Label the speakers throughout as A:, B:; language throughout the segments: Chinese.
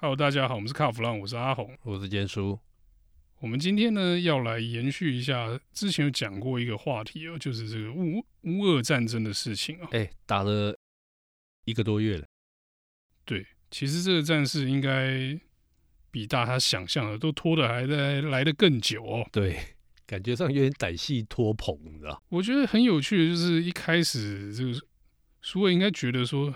A: Hello，大家好，我们是卡弗朗，我是阿红。
B: 我是坚叔，
A: 我们今天呢要来延续一下之前有讲过一个话题哦，就是这个乌乌俄战争的事情啊、
B: 哎、打了一个多月了，
A: 对，其实这个战事应该比大家想象的都拖得还来来得更久哦。
B: 对， 感觉上有点歹戏拖棚，你知道？
A: 我觉得很有趣的就是一开始这个苏俄应该觉得说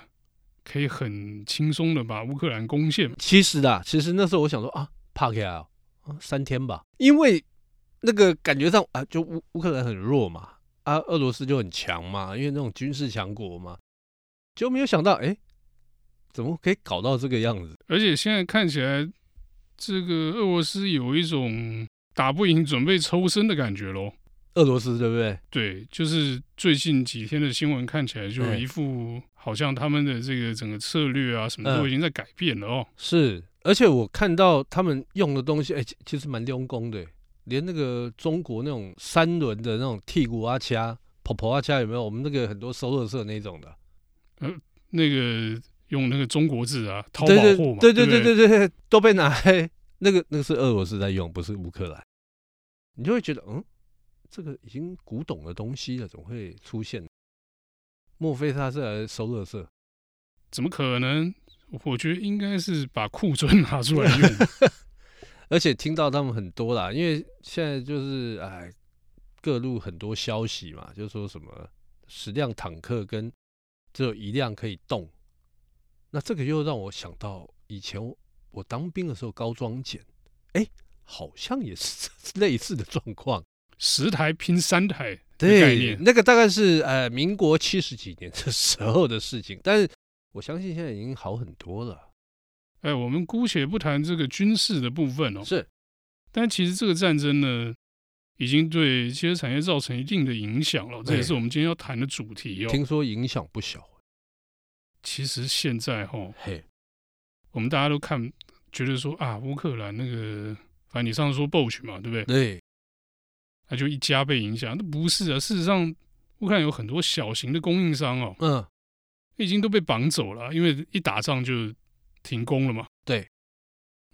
A: 可以很轻松的把乌克兰攻陷，
B: 其实啊，其实那时候我想说啊，帕克啊，三天吧，因为那个感觉上啊，就乌乌克兰很弱嘛，啊，俄罗斯就很强嘛，因为那种军事强国嘛，就没有想到，哎、怎么可以搞到这个样子？
A: 而且现在看起来这个俄罗斯有一种打不赢准备抽身的感觉喽。
B: 俄罗斯对不对？
A: 对，就是最近几天的新闻看起来，就
B: 嗯
A: 一副好像他们的这个整个策略啊，什么都
B: 嗯
A: 已经在改变了哦。
B: 是，而且我看到他们用的东西，哎、其其实蛮用功的，欸连那个中国那种三轮的那种剔骨阿掐、婆婆阿掐有没有？我们那个很多收乐色那种的，
A: 那个用那个中国字啊，淘宝
B: 对对
A: 货嘛，
B: 对
A: 对
B: 对
A: 不
B: 对对对，都被拿来，那个那个是俄罗斯在用，不是乌克兰，你就会觉得，嗯，这个已经古董的东西了，怎么会出现？莫非他是来收乐色？
A: 怎么可能？我觉得应该是把库存拿出来用。
B: 而且听到他们很多啦，因为现在就是哎，各路很多消息嘛，就说什么十辆坦克跟只有一辆可以动，那这个又让我想到以前我我当兵的时候高装检，哎，好像也是 类似的状 况。
A: 十台拼三台，概
B: 对
A: 念，
B: 那个大概是呃民国七十几年的时候的事情，但是我相信现在已经好很多了。
A: 哎，我们姑且不谈这个军事的部分哦，
B: 是，
A: 但其实这个战争呢，已经对汽车产业造成一定的影响了，这也
B: 对
A: 是我们今天要谈的主题哦。
B: 听说影响不小。
A: 其实现在哈、
B: 嘿，
A: 我们大家都看，觉得说啊，乌克兰那个，反正你上次说 b o c h 嘛，对不对？
B: 对，
A: 那就一家被影响，那不是啊。事实上，乌克兰有很多小型的供应商哦，
B: 嗯，
A: 已经都被绑走了，因为一打仗就停工了嘛。
B: 对，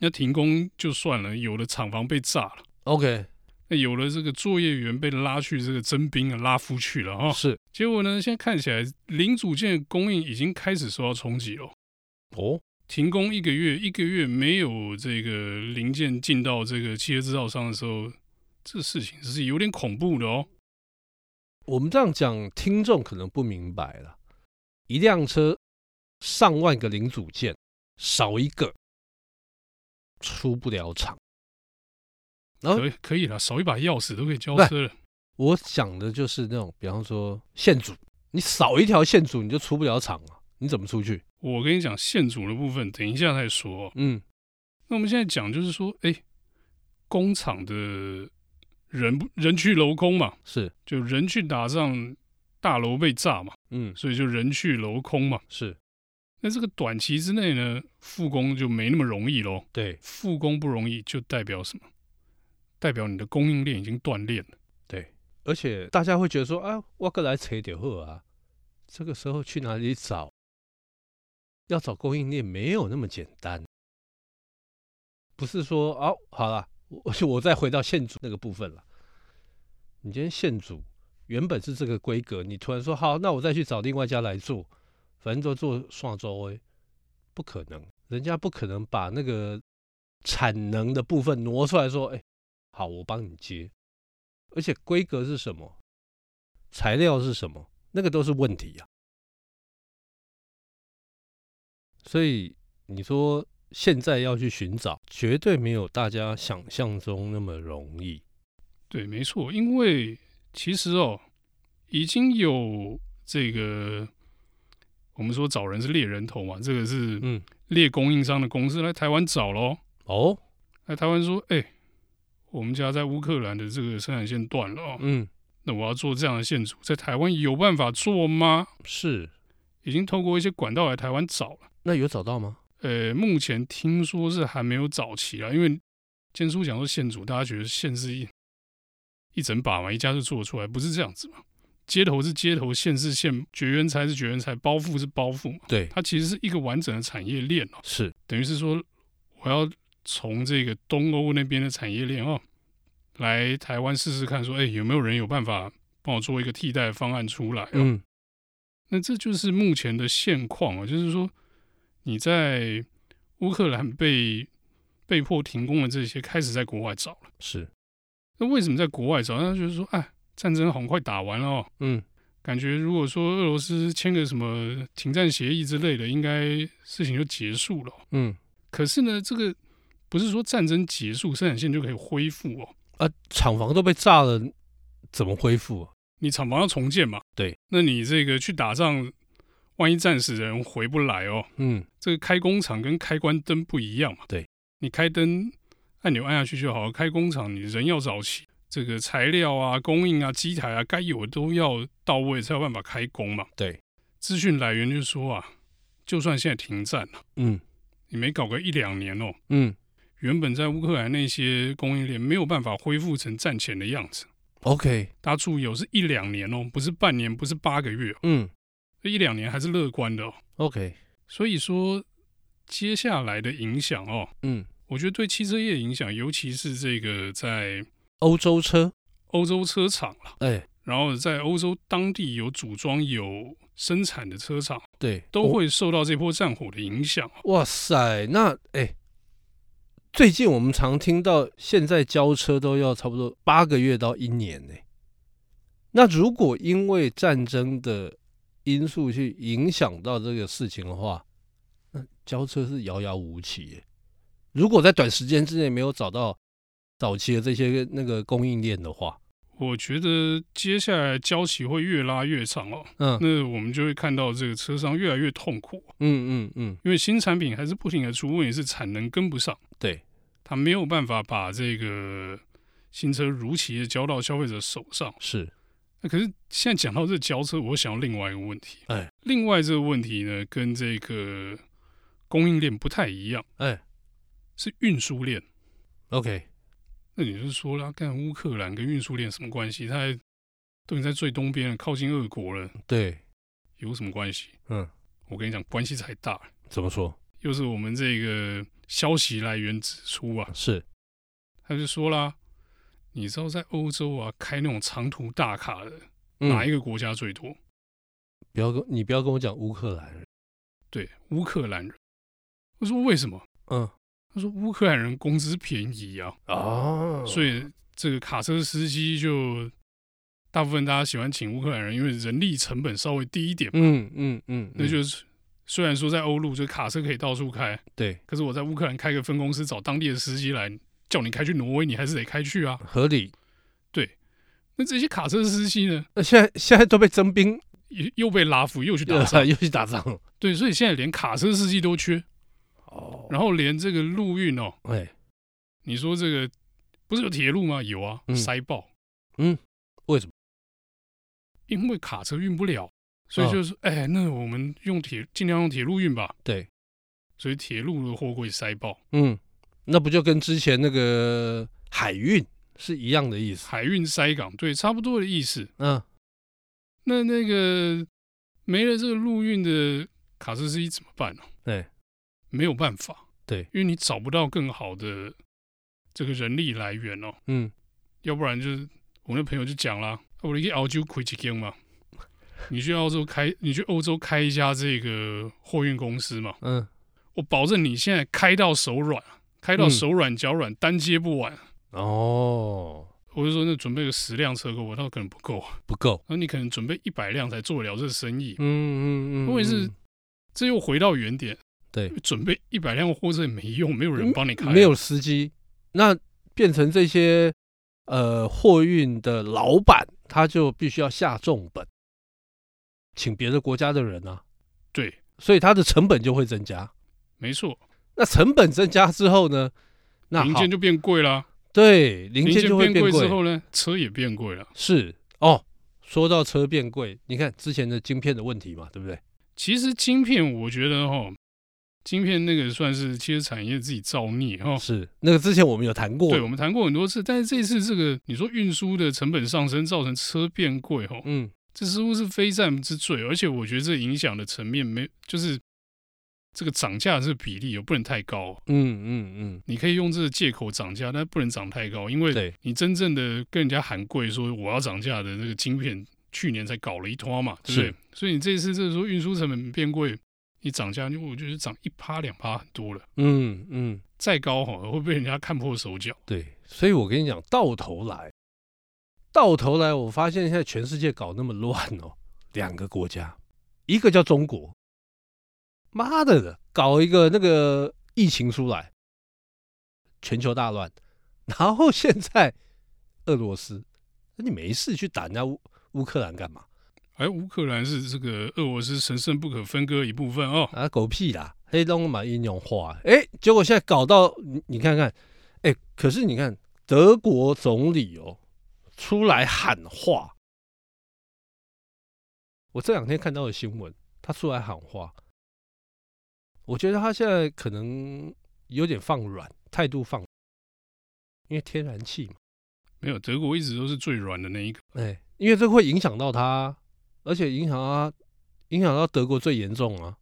A: 那停工就算了，有的厂房被炸了，
B: OK，、
A: 那有的这个作业员被拉去这个征兵啊、拉夫去了哈、哦。
B: 是
A: 结果呢，现在看起来零组件供应已经开始受到冲击了。
B: 哦，
A: 停工一个月，一个月没有这个零件进到这个汽车制造商的时候，这事情是有点恐怖的哦。
B: 我们这样讲，听众可能不明白了。一辆车上万个零组件，少一个出不了厂。哦
A: 可以可以了，少一把钥匙都可以交车了。
B: 我讲的就是那种，比方说线组，你少一条线组你就出不了厂啊，你怎么出去？
A: 我跟你讲，线组的部分等一下再说哦、
B: 嗯，
A: 那我们现在讲就是说，哎，工厂的人不人去楼空嘛，
B: 是，
A: 就人去打仗，大楼被炸嘛，
B: 嗯，
A: 所以就人去楼空嘛。
B: 是
A: 那这个短期之内呢，复工就没那么容易喽。
B: 对，
A: 复工不容易，就代表什么？代表你的供应链已经断裂了。
B: 而且大家会觉得说，啊，我过来扯点货啊，这个时候去哪里找？要找供应链没有那么简单，不是说哦，好了，我 我再回到线组那个部分了。你今天线组原本是这个规格，你突然说好，那我再去找另外一家来做，反正都做上周哎，不可能，人家不可能把那个产能的部分挪出来说，哎，好，我帮你接。而且规格是什么，材料是什么，那个都是问题啊。所以你说现在要去寻找，绝对没有大家想象中那么容易。
A: 对，没错，因为其实哦，已经有这个我们说找人是猎人头嘛，这个是
B: 嗯，
A: 猎供应商的公司来台湾找咯。
B: 哦，
A: 来台湾说，哎、我们家在乌克兰的这个生产线断了哦，
B: 嗯，
A: 那我要做这样的线组，在台湾有办法做吗？
B: 是。
A: 已经透过一些管道来台湾找了。
B: 那有找到吗？
A: 呃，目前听说是还没有找齐啦，因为建叔讲说线组，大家觉得线是一一整把嘛，一家就做得出来，不是这样子嘛？街头是街头，线是线，绝缘材是绝缘材，包覆是包覆嘛，
B: 对，
A: 它其实是一个完整的产业链哦、
B: 是
A: 等于是说我要从这个东欧那边的产业链哦，来台湾试试看说，哎有没有人有办法帮我做一个替代方案出来、哦？
B: 嗯，
A: 那这就是目前的现况啊，就是说你在乌克兰被被迫停工的这些，开始在国外找了。
B: 是，
A: 那为什么在国外找？那就是说，哎，战争很快打完了、哦，
B: 嗯，
A: 感觉如果说俄罗斯签个什么停战协议之类的，应该事情就结束了哦、
B: 嗯，
A: 可是呢，这个不是说战争结束，生产线就可以恢复哦。
B: 啊，厂房都被炸了，怎么恢复、啊？
A: 你厂房要重建嘛，
B: 对，
A: 那你这个去打仗，万一战死人回不来哦，
B: 嗯，
A: 这个开工厂跟开关灯不一样嘛。
B: 对，
A: 你开灯按钮按下去就好，开工厂你人要早起，这个材料啊、供应啊、机台啊，该有的都要到位，才有办法开工嘛。
B: 对，
A: 资讯来源就说啊，就算现在停战了、
B: 嗯
A: 你没搞个一两年哦，
B: 嗯
A: 原本在乌克兰那些供应链没有办法恢复成战前的样子。
B: ，OK，
A: 大家注意哦，是一两年哦，不是半年，不是八个月、哦，
B: 嗯
A: 一两年还是乐观的哦。
B: ，OK，
A: 所以说，接下来的影响哦，
B: 嗯，
A: 我觉得对汽车业影响，尤其是这个在
B: 欧洲车，
A: 欧洲车厂啦，
B: 哎、
A: 然后在欧洲当地有组装、有生产的车厂，
B: 对，
A: 都会受到这波战火的影响哦。
B: 哇塞，那哎、最近我们常听到，现在交车都要差不多八个月到一年呢、那如果因为战争的因素去影响到这个事情的话，那交车是遥遥无期耶、如果在短时间之内没有找到早期的这些那个供应链的话，
A: 我觉得接下来交期会越拉越长哦，
B: 嗯嗯
A: 那我们就会看到这个车商越来越痛苦，
B: 嗯嗯，
A: 因为新产品还是不停的出，问题是产能跟不上。
B: 对，
A: 他没有办法把这个新车如期的交到消费者手上。
B: 是，
A: 那可是现在讲到这交车，我想到另外一个问题。
B: 哎，
A: 另外这个问题呢，跟这个供应链不太一样，
B: 哎
A: 是运输链。
B: ，OK，
A: 那你就说了，干乌克兰跟运输链什么关系？它还都已经在最东边了，靠近俄国了，
B: 对，
A: 有什么关系？
B: 嗯，
A: 我跟你讲，关系才大。
B: 怎么说？
A: 又是我们这个消息来源指出啊，
B: 是，
A: 他就说啦，你知道在欧洲啊开那种长途大卡的
B: 嗯
A: 哪一个国家最多？
B: 不要跟你不要跟我讲乌克兰人，
A: 对，乌克兰人。我说为什么？
B: 嗯。
A: 他说乌克兰人工资便宜啊，
B: 哦，
A: 所以这个卡车司机就大部分大家喜欢请乌克兰人，因为人力成本稍微低一点。
B: 嗯嗯嗯，
A: 那
B: 嗯
A: 就是虽然说在欧陆，就卡车可以到处开，
B: 对
A: 可是我在乌克兰开个分公司，找当地的司机来叫你开去挪威，你还是得开去啊。
B: 合理。
A: 那这些卡车司机呢，
B: 那现在现在都被征兵，
A: 也又被拉夫又去打
B: 又
A: 仗，
B: 又去打仗了。
A: 对，所以现在连卡车司机都缺，
B: 哦，
A: 然后连这个陆运哦，
B: 哎，
A: 你说这个不是有铁路吗？有啊，
B: 嗯
A: 塞爆。
B: 嗯，为什么？
A: 因为卡车运不了，
B: 嗯
A: 所以就是说哎、那我们用铁尽量用铁路运吧。
B: 对，
A: 所以铁路的货柜塞爆，
B: 嗯，那不就跟之前那个海运是一样的意思？
A: 海运塞港，对，差不多的意思。
B: 嗯，
A: 那那个没了这个陆运的卡车司机怎么办呢、
B: 对，
A: 没有办法，
B: 对
A: 因为你找不到更好的这个人力来源哦，
B: 嗯，
A: 要不然就是我那朋友就讲啦，啊我去澳洲开一间嘛，你去澳洲开，你去欧洲开一家这个货运公司嘛，
B: 嗯，
A: 我保证你现在开到手软，开到
B: 嗯
A: 手软脚软，单接不完。
B: 哦，
A: 我就说那准备个十辆车给我，那可能不够啊，
B: 不够。
A: 那你可能准备一百辆才做得了这生意，
B: 嗯嗯嗯，
A: 因为是
B: 嗯
A: 这又回到原点。
B: 对，嗯
A: 准备一百辆货车也没用，没有人帮你开，啊
B: 没啊有司机，那变成这些呃货运的老板，他就必须要下重本，请别的国家的人啊，
A: 对，
B: 所以他的成本就会增加。
A: 没错，
B: 那成本增加之后呢？那
A: 零
B: 好
A: 件就变贵啦，
B: 对零件
A: 件
B: 就会
A: 变
B: 变
A: 之
B: 贵，
A: 后呢，车也变贵了。
B: 是哦。说到车变贵，你看之前的晶片的问题嘛，对不对？
A: 其实晶片，我觉得哈，晶片那个算是汽车产业自己造孽哈。
B: 是那个之前我们有谈过
A: 哦对，，我们谈过很多次，但是这次这个你说运输的成本上升，造成车变贵哈，
B: 嗯
A: 这似乎是非战之罪，而且我觉得这影响的层面没，就是这个涨价的这个比例也不能太高、
B: 嗯嗯
A: 你可以用这个借口涨价，但不能涨太高，因
B: 嗯，
A: 为
B: 对，
A: 你真正的跟人家喊贵说我要涨价的这个晶片，去年才搞了一拖嘛，对不对
B: 是？
A: 所以你这一次这时候运输成本变贵，你涨价，我觉得涨一趴两趴很多了，
B: 嗯嗯，
A: 再高哈会被人家看破手脚。
B: 对，所以我跟你讲，到头来，到头来，我发现现在全世界搞那么乱哦，两个国家，一个叫中国，妈的的，搞一个那个疫情出来，全球大乱，然后现在俄罗斯，那你没事去打人家乌乌克兰干嘛？
A: 而哎乌克兰是这个俄罗斯神圣不可分割一部分哦，
B: 啊，狗屁啦，黑龙嘛应用化，哎，结果现在搞到你你看看，哎，可是你看德国总理哦出来喊话，我这两天看到的新闻，他出来喊话，我觉得他现在可能有点放软，态度放软，因为天然气嘛，
A: 没有德国一直都是最软的那一个，
B: 哎，因为这会影响到他，而且影响到他，影响到德国最严重啊，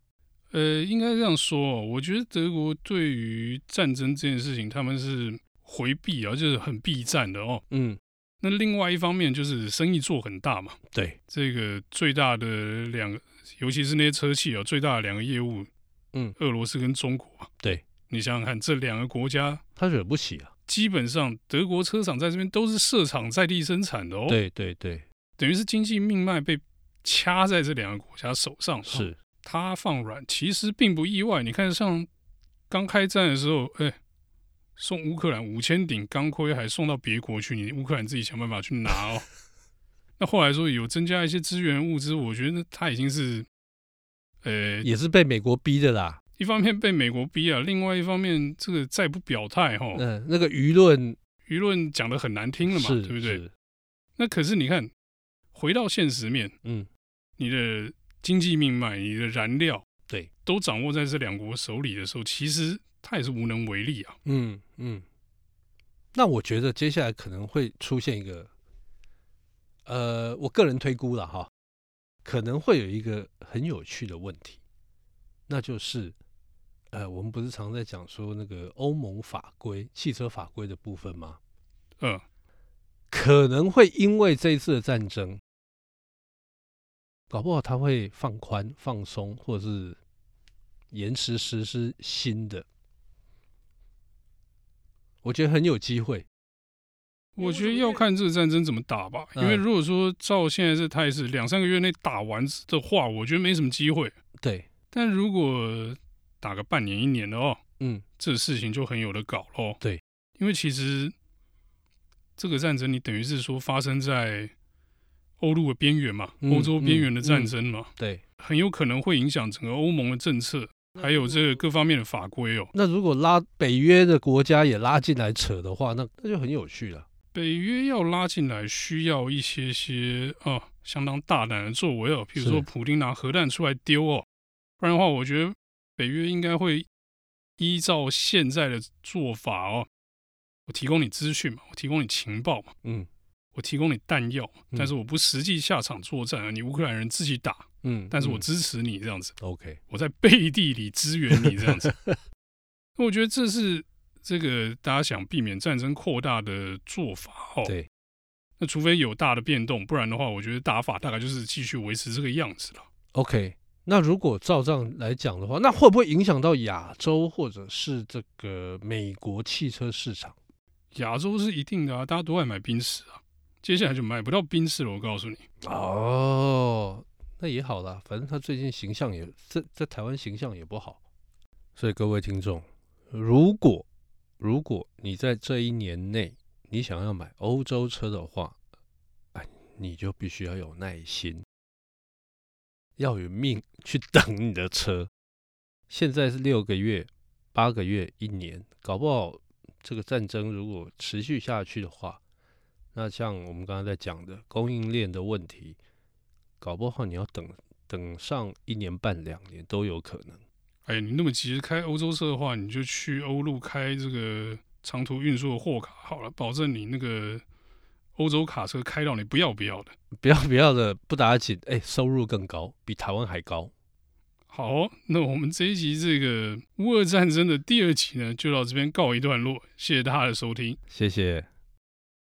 A: 呃，应该这样说哦，我觉得德国对于战争这件事情，他们是回避啊，就是很避战的哦。
B: 嗯，
A: 那另外一方面就是生意做很大嘛，
B: 对，
A: 这个最大的两个，尤其是那些车企啊，最大的两个业务，
B: 嗯，
A: 俄罗斯跟中国嘛。
B: 对，
A: 你想想看，这两个国家
B: 他惹不起啊，
A: 基本上德国车厂在这边都是设厂在地生产的哦，，
B: 对对对。
A: 等于是经济命脉被掐在这两个国家手上，哦
B: 是，
A: 他放软其实并不意外。你看，像刚开战的时候，哎、送乌克兰五千顶钢盔还送到别国去，你乌克兰自己想办法去拿哦。 那后来说有增加一些资源物资，我觉得他已经是，呃，
B: 也是被美国逼的啦。
A: 一方面被美国逼啊，另外一方面这个再不表态哈，
B: 嗯、那个舆论
A: 舆论讲的很难哦听了嘛，
B: 是，
A: 对不对？
B: 是？
A: 那可是你看，回到现实面，
B: 嗯，
A: 你的经济命脉、你的燃料，
B: 对，
A: 都掌握在这两国手里的时候，其实他也是无能为力啊。
B: 嗯嗯。那我觉得接下来可能会出现一个，呃，我个人推估了哈，可能会有一个很有趣的问题，那就是，呃，我们不是常在讲说那个欧盟法规、汽车法规的部分吗？
A: 嗯，
B: 可能会因为这一次的战争，搞不好他会放宽、放松，或者是延迟实施新的。我觉得很有机会。
A: 我觉得要看这个战争怎么打吧，因为
B: 嗯
A: 如果说照现在这态势，两三个月内打完的话，我觉得没什么机会。
B: 对，
A: 但如果打个半年一年的哦，
B: 嗯，
A: 这事情就很有的搞咯。
B: 对，
A: 因为其实这个战争，你等于是说发生在欧陆的边缘嘛，
B: 嗯
A: 欧洲边缘的战
B: 嗯嗯
A: 争嘛，
B: 对。
A: 很有可能会影响整个欧盟的政策，还有这
B: 嗯
A: 个各方面的法规哦。
B: 那如果拉北约的国家也拉进来扯的话，那那就很有趣了。
A: 北约要拉进来，需要一些些啊、相当大胆的作为哦，比如说
B: 是
A: 普丁拿核弹出来丢哦，不然的话，我觉得北约应该会依照现在的做法哦，我提供你资讯嘛，我提供你情报嘛，
B: 嗯
A: 我提供你弹药嘛，
B: 嗯
A: 但是我不实际下场作战啊，你乌克兰人自己打，
B: 嗯，
A: 但是我
B: 嗯
A: 支持你这样子。
B: OK，
A: 我在背地里支援你这样子。那我觉得这是这个大家想避免战争扩大的做法哦。
B: 对，
A: 那除非有大的变动，不然的话，我觉得打法大概就是继续维持这个样子了。
B: OK，那如果照这样来讲的话，那会不会影响到亚洲或者是这个美国汽车市场？
A: 亚洲是一定的啊，大家都爱买宾士啊，接下来就买不到宾士了。我告诉你，
B: 哦，那也好啦，反正他最近形象也在在台湾形象也不好，所以各位听众，如果如果你在这一年内你想要买欧洲车的话，哎，你就必须要有耐心，要有命去等你的车。现在是六个月、八个月、一年，搞不好这个战争如果持续下去的话，那像我们刚刚在讲的供应链的问题，搞不好你要等等上一年半、两年都有可能。
A: 哎，你那么急着开欧洲车的话，你就去欧陆开这个长途运输的货卡好了，保证你那个欧洲卡车开到你不要不要的。
B: 不要不要的，不打紧，哎，收入更高，比台湾还高。
A: 好哦、那我们这一集这个乌俄战争的第二集呢，就到这边告一段落。谢谢大家的收听。
B: 谢谢。